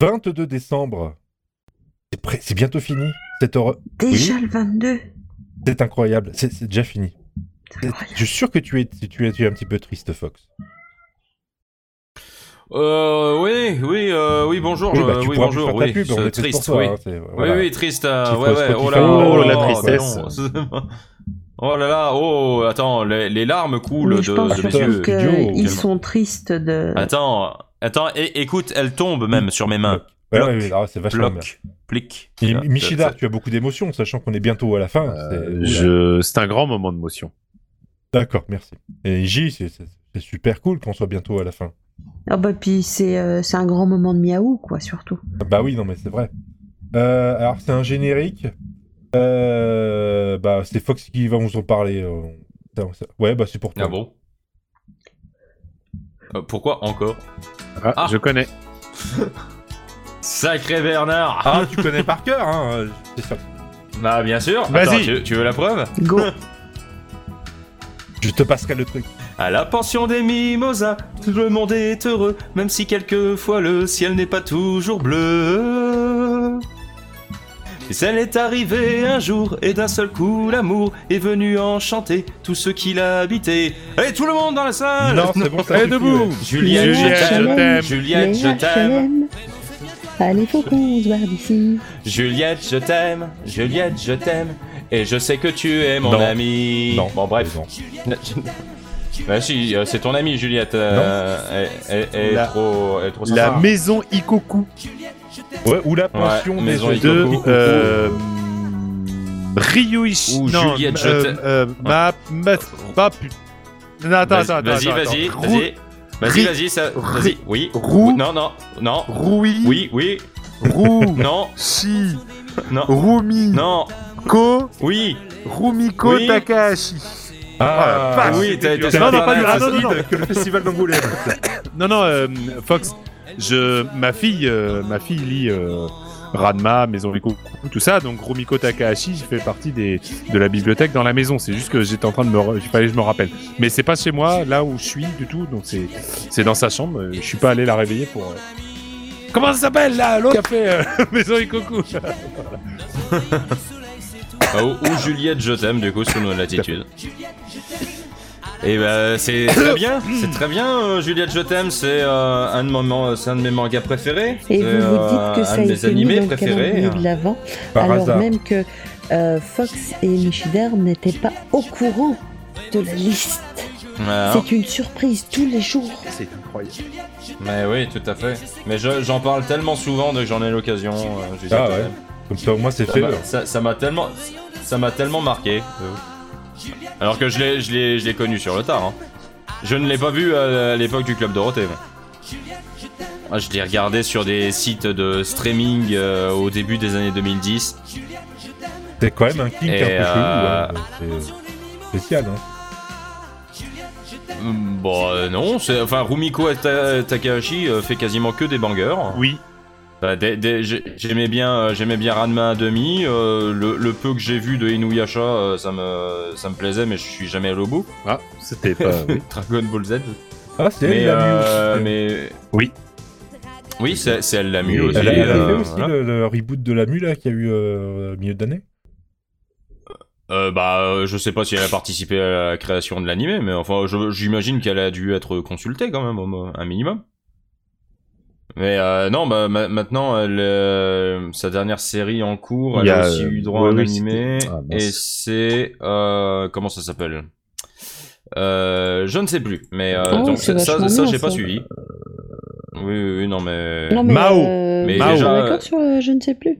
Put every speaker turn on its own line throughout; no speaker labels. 22 décembre. C'est prêt- C'est bientôt fini. Cette heure.
Déjà le 22.
C'est incroyable. C'est c'est déjà fini.
Ah
C'est
C'est-
incroyable.
Je suis sûr que tu es, tu es, tu es un petit peu triste, Fox.
Euh, oui, oui, euh, oui, bonjour.
oui, bah,
euh,
tu
oui,
pourras
bonjour.
plus faire ta
oui,
pub.
c'est
On est triste
triste,
pour toi,
oui.
hein, c'est- voilà.
Oui, oui, triste. euh,
Titre
ouais, ouais. Oh là
Spotify.
là,
Oh,
oh là
la
là,
tristesse.
c'est long. oh là là, oh, attends, les, les larmes coulent
Mais
de,
je pense
de mes
monsieur.
surtout
yeux.
Idiot,
qu'ils
également. Ah.
sont tristes de.
Attends, attends, é- écoute, elles tombent même sur mes mains.
Ouais,
Bloc.
ouais, ouais, alors, c'est vachement bien.
Bloc, plic.
Et
Ah,
Michida,
ça- Euh,
tu as beaucoup d'émotions, sachant qu'on est bientôt à la fin. C'est-
Euh, Je... C'est un grand moment de motion.
D'accord, merci. Et J, c'est- c'est c'est super cool qu'on soit bientôt à la fin.
Ah bah puis c'est euh, c'est un grand moment de miaou quoi surtout.
Ah Bah oui, non, mais c'est vrai. Euh, alors, c'est un générique. Euh, bah, c'est Fox qui va vous en parler. euh, ça- ça- Ouais, bah, c'est pour toi.
Ah bon Euh, Pourquoi encore
Ah,
Ah.
je connais.
Sacré Bernard
Ah, tu connais par cœur, hein. euh, c'est ça.
Bah bien sûr
Vas-y.
Attends, tu, tu veux la preuve
Go.
Je te passerai le truc.
À la pension des mimosas, le monde est heureux, même si quelquefois le ciel n'est pas toujours bleu. Mais elle est arrivée un jour, et d'un seul coup l'amour est venu enchanter tous ceux qui l'habitaient. Allez tout le monde dans la salle
non, c'est bon, ça
Eh,
suffit,
debout.
ouais.
Juliette,
Juliette, je
je
t'aime.
t'aime Juliette, je t'aime
t'aime. Allez, faut qu'on se barre d'ici.
Juliette, je t'aime Juliette, je t'aime Et je sais que tu es mon
Non.
ami
Non,
Bon bref,
non.
Bah si, euh, c'est ton amie Juliette. euh, elle, elle- elle
La-
est trop, elle est trop
La
sympa.
maison Ikoku
Ouais, ou la pension des
maison
jeux
Ikoku.
de
Ikoku.
euh, Ryuichi.
Ou
non,
Juliette, je
euh,
t'aime.
euh, ma, ma, pas pu- Non, attends,
Vas-
attends, attends.
Vas-y,
attends,
vas-y,
attends.
vas-y. Vas-y,
Ri-
vas-y, ça.
Ri-
Vas-y, oui.
Rou-
Non, non, non.
Rui.
Oui, oui.
Rou.
Non,
Shi.
non,
Rumi.
non.
Ko.
Oui.
Rumiko
Oui.
Takahashi.
Ah,
Ah,
oui, t'as été
Non, non, pas du- ah, non, non, non.
que le festival d'Angoulême.
Non, non, euh, Fox, je, ma fille, euh, ma fille lit euh, Ranma, Maison Rico, tout ça. Donc Rumiko Takahashi, je fais partie des, de la bibliothèque dans la maison. C'est juste que j'étais en train de me, re- il fallait que je me rappelle. Mais c'est pas chez moi, là où je suis du tout. Donc c'est, c'est dans sa chambre. Euh, Je suis pas allé la réveiller pour. euh, Comment ça s'appelle là l'autre café euh, Maison Ikoku
Ah, ou, ou Juliette, je t'aime, du coup, sous nos latitudes. Et bah, c'est très bien, c'est très bien, euh, Juliette, je t'aime, c'est euh, un, de mon- euh, c'est un de mes mangas préférés.
Et
C'est,
vous vous
euh,
dites que ça
un
a
de mes
été mis
animés
dans le
préférés. hein.
calendrier de l'avant,
Par
alors
hasard.
même que euh, Fox et Michidar n'étaient pas au courant de la liste.
Voilà.
C'est une surprise tous les jours.
C'est incroyable.
Mais oui, tout à fait. Mais je- j'en parle tellement souvent dès que j'en ai l'occasion. euh, je dis,
Ah ouais, Comme ça, au moins, c'est
Ça
fait.
m'a- ça- ça m'a tellement, ça m'a tellement marqué. Alors que je l'ai, je l'ai, je l'ai connu sur le tard. hein. Je ne l'ai pas vu euh, à, à l'époque du club Dorothée. mais. Ah, Je l'ai regardé sur des sites de streaming euh, au début des années 2010.
C'est quand même un kink un peu
Et,
chelou.
euh,
hein. C'est- C'est spécial, hein.
Hum, Bon, euh, non, c'est, enfin Rumiko Ta- Takahashi euh, fait quasiment que des bangers.
Oui.
Bah, des- des- j'ai- j'aimais bien, euh, j'aimais bien Ranma à demi. euh, le, le peu que j'ai vu de Inuyasha, euh, ça me, ça me plaisait, mais je suis jamais allé au bout.
Ah, c'était pas. oui.
Dragon Ball Z.
Ah, c'est
Mais,
elle, la Mew
euh,
aussi.
mais-
Oui.
Oui, c'est c'est elle la
Et
mue aussi.
Elle a, elle a
euh,
fait aussi
voilà.
le, le reboot de la Mu, là, qu'il y a eu euh, au milieu d'année.
Euh, bah, euh, je sais pas si elle a participé à la création de l'animé, mais enfin, je- j'imagine qu'elle a dû être consultée quand même, au mo- un minimum. Mais euh, non, bah, ma- maintenant, elle, euh, sa dernière série en cours,
Il
elle
y
a,
a,
aussi
euh,
eu droit à
ouais,
un
oui,
animé,
c'était- ah, mince.
et c'est... euh, comment ça s'appelle Euh, Je ne sais plus, mais euh,
Oh,
donc,
c'est
ça, ça,
vachement
ça,
bien,
j'ai pas
ça.
suivi.
Euh,
Oui, oui, oui, non, mais...
Non, mais,
Mao.
euh,
Mais
vous êtes
déjà, euh,
d'accord sur euh, je ne sais plus.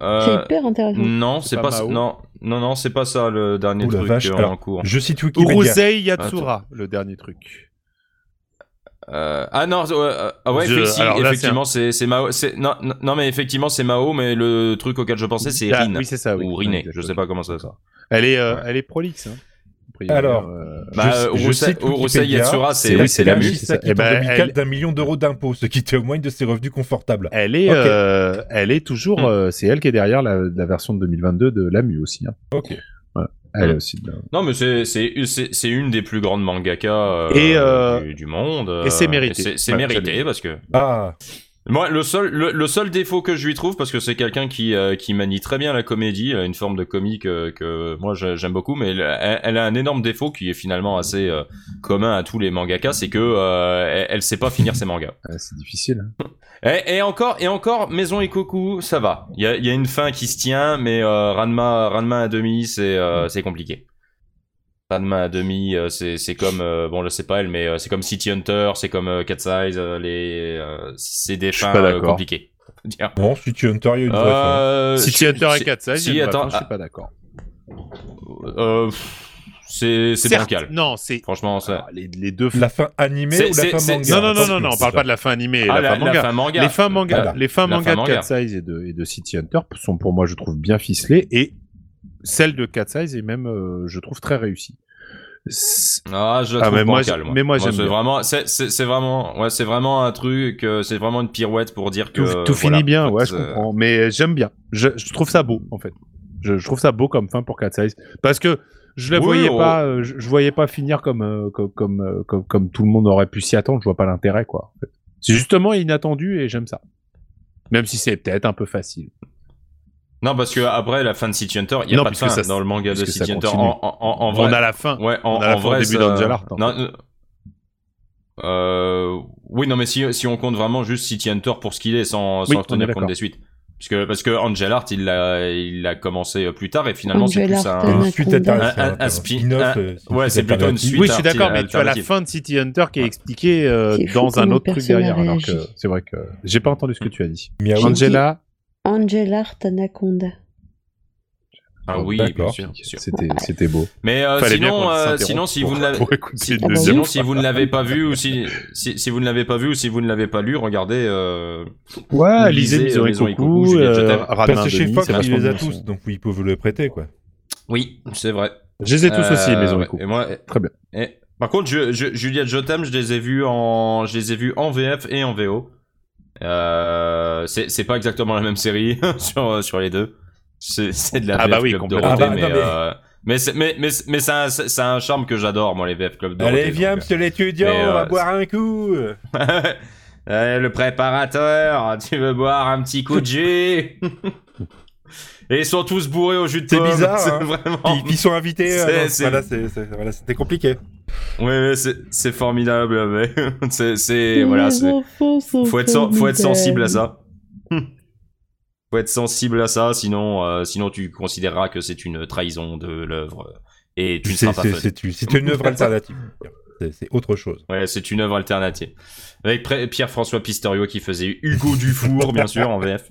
C'est
Euh,
hyper intéressant.
Non,
C'est
c'est
pas
pas, ça-
Mao
non, non, non, c'est pas ça le dernier
Ouh la
truc
vache,
euh, en
alors-
cours.
Je cite Wikipédia.
Urusei Yatsura, le dernier truc.
Euh, ah non, ouais, euh, ah ouais,
Je-
effecti-
alors là,
effectivement, c'est c'est Mao. c'est- Non, non, non, mais effectivement, c'est Mao, mais le truc auquel je pensais, c'est
Ah,
Rin
Oui, c'est ça. oui.
ou Riné.
Exactement.
Je sais pas comment ça. ça.
Elle est, euh,
Ouais.
elle est prolixe. Hein. A priori,
Alors,
euh,
Bah,
je-
euh,
je
Urusei-
cite Wikipédia,
Urusei Yatsura, c'est
oui,
c'est la
mue,
mue.
musique.
c'est ça. Eh ben, elle-
d'un million d'euros d'impôts, ce qui témoigne de ses revenus confortables.
elle est,
Ok.
euh, elle est toujours.
Mm.
euh, c'est elle qui est derrière la, la version de 2022 de l'AMU aussi. Hein.
Ok.
Voilà. Elle est
Mm.
aussi. bah, dedans.
Non, mais c'est- c'est c'est- c'est une des plus grandes mangakas euh,
Et, euh,
du, du monde.
et c'est
euh,
mérité.
C'est c'est
Ouais,
mérité
j'allais-
parce que.
Ah,
Moi, le seul, le, le seul défaut que je lui trouve, parce que c'est quelqu'un qui, euh, qui manie très bien la comédie, elle a une forme de comique euh, que moi j'a- j'aime beaucoup, mais elle, elle- elle a un énorme défaut qui est finalement assez euh, commun à tous les mangakas, c'est que euh, elle, elle sait pas finir ses mangas.
Ouais, c'est difficile. hein.
Et, et encore, et encore, Maison et Koku, ça va. Il y a, il y a une fin qui se tient, mais euh, Ranma, Ranma à demi, c'est euh, c'est compliqué. Ranma à demi, euh, c'est c'est comme euh, bon, je sais pas elle, mais euh, c'est comme City Hunter, c'est comme euh, Cat Size, euh, les euh, c'est des
Je suis
fins
pas
euh,
d'accord.
compliquées. Faut dire.
Non, si tu Hunter, il y a une vraie fin.
Euh,
si tu
je-
as tort à
c'est-
4, ça,
si,
j'aime pas,
attends,
franchement, je suis pas d'accord.
ah, euh, pff, c'est c'est
Certes,
bancal.
Non, c'est.
Franchement, ça.
Ah, les, les deux fins.
La fin animée
C'est-
ou la
c'est-
fin
c'est-
manga
Non, non, non, non, non, on parle pas de la fin animée et
Ah,
la, fin manga. Les fins manga,
Voilà.
les fins
La
manga
fin
de
manga.
Cat Size et de, et de City Hunter sont pour moi, je trouve, bien ficelées et celle de Cat Size est même, euh, je trouve, très réussie. C'est-
Ah, je la
Ah,
trouve
mais moi,
bancale,
j'ai-
moi.
mais moi, j'aime
c'est
bien.
vraiment, c'est, c'est, c'est vraiment, ouais, c'est vraiment un truc, euh, c'est vraiment une pirouette pour dire que
Tout, tout
voilà,
finit bien,
en
ouais,
fait,
je
euh,
comprends, mais j'aime bien. Je, je trouve ça beau, en fait. Je, je trouve ça beau comme fin pour Cat Size parce que je la
Oui,
voyais
on-
pas, euh, je, je voyais pas finir comme, euh, comme, comme, euh, comme, comme tout le monde aurait pu s'y attendre. Je vois pas l'intérêt, quoi. C'est justement inattendu et j'aime ça. Même si c'est peut-être un peu facile.
Non, parce que après la fin de City Hunter, il y a
Non,
pas de fin
puisque ça-
dans le manga de
puisque ça
City Hunter. En,
continue.
en, en, en vrai,
on a la fin.
ouais, en,
on a la
en
fin au
vrai,
début hein.
ça-
d'Angel Art, en
non, euh, euh, oui, non, mais si, si on compte vraiment juste City Hunter pour ce qu'il est, sans,
Oui,
sans
on est
tenir compte
d'accord.
des suites. Parce que, parce que Angel Art, il l'a, il l'a commencé euh, plus tard et finalement, c'est
Angel
plus
Art,
un.
euh,
Une suite
Anaconda.
alternative.
Un- un- un
un
spin-
spin-off,
un-
euh,
ouais,
une
c'est
suite
plutôt une
alternative.
suite.
Oui, je suis
arti-
d'accord, mais tu as la
alternative.
fin de City Hunter qui est expliquée euh,
C'est fou
dans un
comment
autre truc
personne
derrière,
a
alors que
réagi.
c'est vrai que j'ai pas entendu ce que tu as dit.
Miaou.
Angel-
Angela,
Angel Art Anaconda.
Ah oui, bien
D'accord.
sûr, bien sûr.
c'était c'était beau.
Mais euh,
Fallait bien qu'on
sinon, euh,
s'interrompe
sinon, si
pour-
vous ne l'avez,
pour écouter
Ah
une
bah
deuxième.
Sinon, si vous ne l'avez pas vu ou si, si, si vous ne l'avez pas vu ou si vous ne l'avez pas lu, regardez. euh,
Ouais,
lisez,
lisez Maison et
Maison et Coucou,
Coucou,
Juliette, je
euh,
t'aime.
Radin
Parce que chez
Denis,
Fox,
c'est
ils les a
vachement bien,
tous,
ça.
donc oui, ils peuvent le prêter, quoi.
Oui, c'est vrai.
Je les ai tous aussi,
Euh,
Maison
ouais,
et Coucou.
et moi, et-
Très bien.
et- par contre, je, je- Juliette, je t'aime. Je les ai vus en, je les ai vus en VF et en VO. Euh, c'est c'est pas exactement la même série sur sur les deux. C'est c'est de la
Ah
VF
bah oui,
Club
complètement.
Dorothée,
Ah bah,
mais
non, mais-
euh, mais c'est- mais mais c'est- mais c'est un c'est un charme que j'adore moi les VF Club Dorothée.
Allez, viens,
donc,
monsieur l'étudiant,
mais, euh,
on va boire un coup.
euh. Euh, le préparateur, tu veux boire un petit coup de jus Et ils sont tous bourrés au jus de
C'est
pomme,
bizarre,
C'est
hein.
vraiment.
Puis, puis ils sont invités. euh, non,
Oh. C'est- c'est-
Voilà, c'est- c'est- voilà, c'était compliqué.
Ouais, ouais, c'est- c'est formidable, ah, mais c'est, c'est, voilà,
Les
c'est,
enfants sont
faut être, sen- faut
formidables.
être sensible à ça. faut être sensible à ça, sinon, euh, sinon tu considéreras que c'est une trahison de l'œuvre et tu ne
C'est
seras pas
c'est-
fun.
c'est- c'est une œuvre alternative. C'est- C'est autre chose.
Ouais, c'est une œuvre alternative. Avec Pré- Pierre-François Pistorio qui faisait Hugo Dufour, bien sûr, en VF.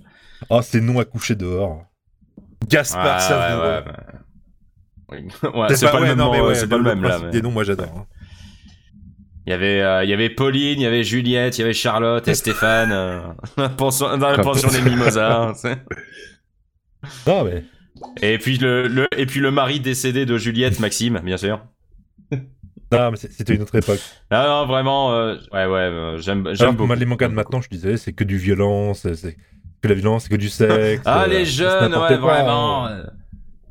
Ah, c'est non à coucher dehors. Gaspard
Ah, Ouais,
Saveiro.
ouais, ouais. Ouais, c'est pas, le
ouais,
même,
non, mais
euh,
ouais,
c'est pas le même là.
principe
mais-
Des noms, moi j'adore. hein.
Il y avait, euh, il y avait Pauline, il y avait Juliette, il y avait Charlotte et Stéphane euh, pension- dans la
Comme-
pension des Mimosas. hein, c'est-
Non, mais.
et puis le, le- et puis le mari décédé de Juliette, Maxime, bien sûr.
Non, mais c'est- c'était une autre époque.
Ah non, vraiment, euh, ouais, ouais, euh, j'aime, j'aime
Alors, que
beaucoup.
moi, les mangas de maintenant, je disais, c'est que du violence, c'est- c'est que la violence, c'est que du sexe.
Ah
euh,
les
c'est
jeunes,
n'importe
ouais,
quoi, hein.
vraiment. euh.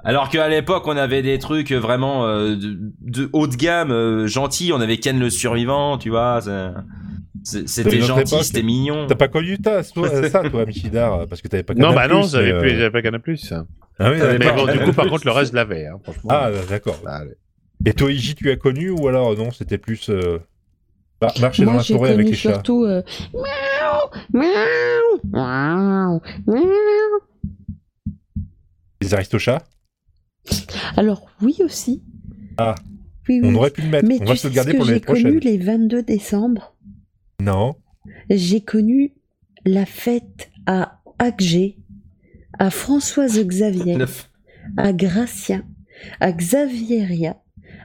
Alors qu'à l'époque, on avait des trucs vraiment euh, de, de haut de gamme, euh, gentils. On avait Ken le survivant, tu vois. c'est- c'est-
Oui,
C'était
notre
gentil,
époque.
c'était mignon.
T'as pas connu ta- so- euh, ça, toi, Michidar, parce que t'avais pas
Non,
Canal+,
bah non,
mais,
j'avais
euh,
plus, j'avais pas Canal Plus.
Ah oui,
Mais
t'avais
Mais
pas
bon, du
Canal+.
coup, par contre, le reste, je l'avais, hein, franchement.
Ah, d'accord.
Ah, allez.
Et Toiji, tu as connu, ou alors non, c'était plus. euh, bah, marcher dans
Moi,
la
j'ai
forêt avec
connu
les chats.
surtout euh, miaou, miaou, miaou, miaou.
Les aristochats
Alors oui aussi.
Ah,
Oui, oui.
On aurait pu le mettre.
Mais
on
tu
va se
sais
le garder
ce que
pour
j'ai
l'année prochaine.
connu les 22 décembre.
Non.
J'ai connu la fête à Agé, à Françoise Xavier,
Neuf.
à Gracia, à Xavieria,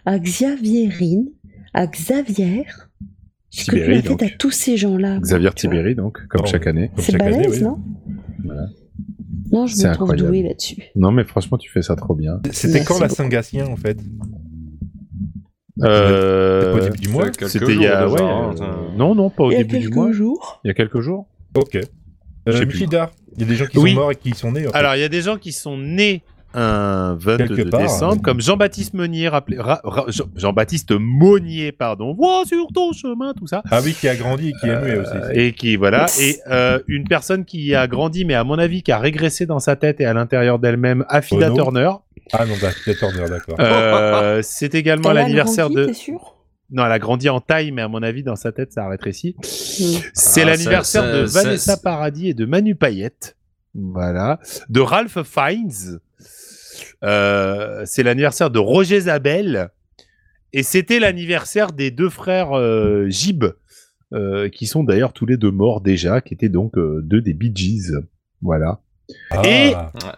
à Xavierine, à Xavier. J'ai connu
Sibérie,
la fête
donc.
à tous ces gens-là.
Xavier
Tu vois.
Tibéri, donc, comme
Non.
chaque année.
Comme
C'est
chaque année,
balèze,
oui.
non
Voilà.
Non, je
C'est
me trouve
incroyable.
douée là-dessus.
Non, mais franchement, tu fais ça trop bien.
C'était quand
Merci
la
beaucoup.
Saint-Gatien, en fait Au
Euh,
début du mois
c'est quelques
C'était il y a.
jours
ouais,
déjà, hein,
euh,
ça.
Non, non, pas au
Il y a
début du mois.
quelques jours.
Il y a quelques jours.
Ok.
Je
Euh,
sais plus.
Michidar, il y a des gens qui
Oui.
sont morts et qui sont nés. en fait.
Alors, il y a des gens qui sont nés un 22
Quelque part,
décembre,
hein.
comme Jean-Baptiste Meunier, rappelé- ra- ra- Jean- Jean-Baptiste Monnier, pardon, vois sur ton chemin, tout ça.
Ah oui, qui a grandi et qui est muet aussi.
Euh, et qui voilà et euh, une personne qui a grandi mais à mon avis qui a régressé dans sa tête et à l'intérieur d'elle-même Afida
Bono.
Turner
Ah non, d'accord, c'est Turner, d'accord.
Euh, c'est également
Elle a
l'anniversaire
grandi,
de
T'es sûr
non elle a grandi en taille mais à mon avis dans sa tête ça a rétréci c'est
Ah,
l'anniversaire
ça- ça-
de
ça-
Vanessa
ça-
Paradis et de Manu Payette voilà de Ralph Fiennes Euh, c'est l'anniversaire de Roger Zabel et c'était l'anniversaire des deux frères euh, Gib euh, qui sont d'ailleurs tous les deux morts déjà qui étaient donc euh, deux des Bee Gees voilà
Ah,
et-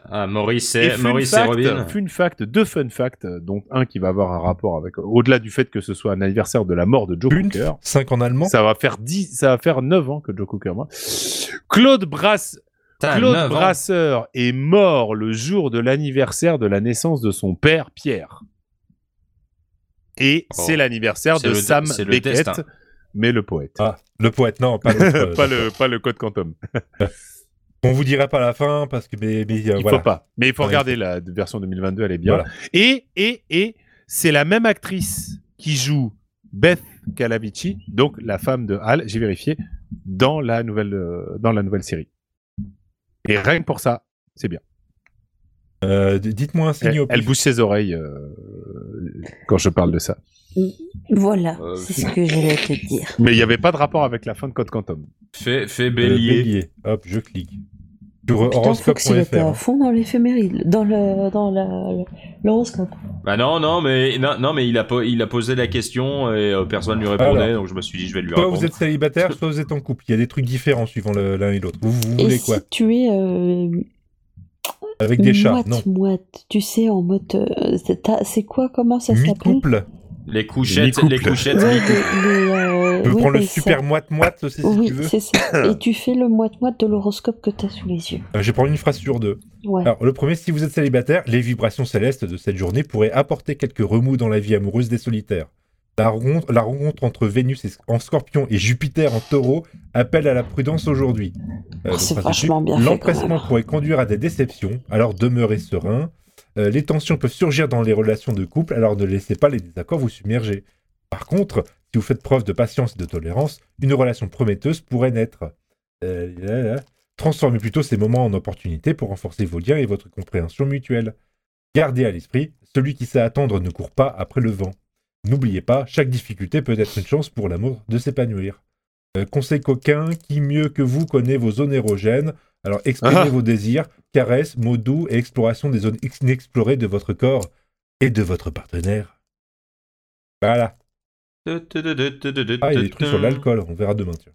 Ah, Maurice
et
et,
fun
Maurice et
fact,
Robin.
fun fact, deux fun facts, euh, dont un qui va avoir un rapport avec, au-delà du fait que ce soit un anniversaire de la mort de Joe
Une,
Cooker,
cinq en allemand.
ça va faire 10, ça va faire 9 ans que Joe Cooker meurt. Claude, Brass,
Putain,
Claude
Ah, neuf ans.
Brasseur est mort le jour de l'anniversaire de la naissance de son père, Pierre. Et
Oh.
c'est l'anniversaire
C'est
de
le-
Sam
c'est le
Beckett,
destin.
mais le poète.
Ah, le poète, non, pas l'autre. euh,
pas, le, pas le code quantum.
On vous dira pas la fin parce que mais, mais, euh,
Il
voilà.
faut pas. Mais il faut
Ouais,
regarder la version 2022, elle est bien.
Voilà.
Et, et, et, c'est la même actrice qui joue Beth Calavici, donc la femme de Hal, j'ai vérifié, dans la nouvelle, euh, dans la nouvelle série. Et rien que pour ça, c'est bien.
Euh, d- Dites-moi un signe
Elle,
au
elle
pif.
bouge ses oreilles euh, quand je parle de ça.
Voilà,
Euh,
c'est ce que j'allais te dire.
Mais il n'y avait pas de rapport avec la fin de Code Quantum.
Fais, fais
Euh,
bélier.
bélier. Hop, je clique. Sur
Putain, Fox, il était à
horoscope.fr.
fond dans l'éphéméride, dans le, dans la- l'horoscope.
Bah non, non, mais, non, non, mais il, a, po- il a posé la question et euh, personne lui répondait,
Alors.
donc je me suis dit, je vais lui
Soit
répondre.
vous êtes célibataire, soit vous êtes en couple. Il y a des trucs différents suivant le- l'un et l'autre. Vous, vous voulez
Et
quoi
si tu es euh,
Avec des chats Non.
moite, moite, tu sais, en mode, euh, c'est ta- c'est quoi, comment ça s'appelle
Mi-couple
Les couchettes,
Mi-couple.
les couchettes.
Ouais, les- les, euh,
Tu peux
oui,
prendre le
mais
super
ça-
moite-moite aussi si
Oui,
tu veux.
c'est ça. Et tu fais le moite-moite de l'horoscope que t'as sous les yeux.
Euh, Je vais prendre une phrase sur deux.
Ouais.
Alors, le premier, si vous êtes célibataire, les vibrations célestes de cette journée pourraient apporter quelques remous dans la vie amoureuse des solitaires. La rencontre, la rencontre entre Vénus et- en scorpion et Jupiter en taureau appelle à la prudence aujourd'hui. Euh,
Oh,
donc,
c'est
phrase
vachement bien fait, quand
L'empressement
même.
pourrait conduire à des déceptions, alors demeurez serein. Euh, les tensions peuvent surgir dans les relations de couple, alors ne laissez pas les désaccords vous submerger. Par contre, si vous faites preuve de patience et de tolérance, une relation prometteuse pourrait naître. Euh, là, là. Transformez plutôt ces moments en opportunités pour renforcer vos liens et votre compréhension mutuelle. Gardez à l'esprit, celui qui sait attendre ne court pas après le vent. N'oubliez pas, chaque difficulté peut être une chance pour l'amour de s'épanouir. Euh, conseil coquin, qui mieux que vous connaît vos zones érogènes Alors exprimez
Ah.
vos désirs, caresses, mots doux et exploration des zones ex- inexplorées de votre corps et de votre partenaire. Ah, Voilà. Ah, il y a des trucs sur l'alcool, on verra demain. Tiens.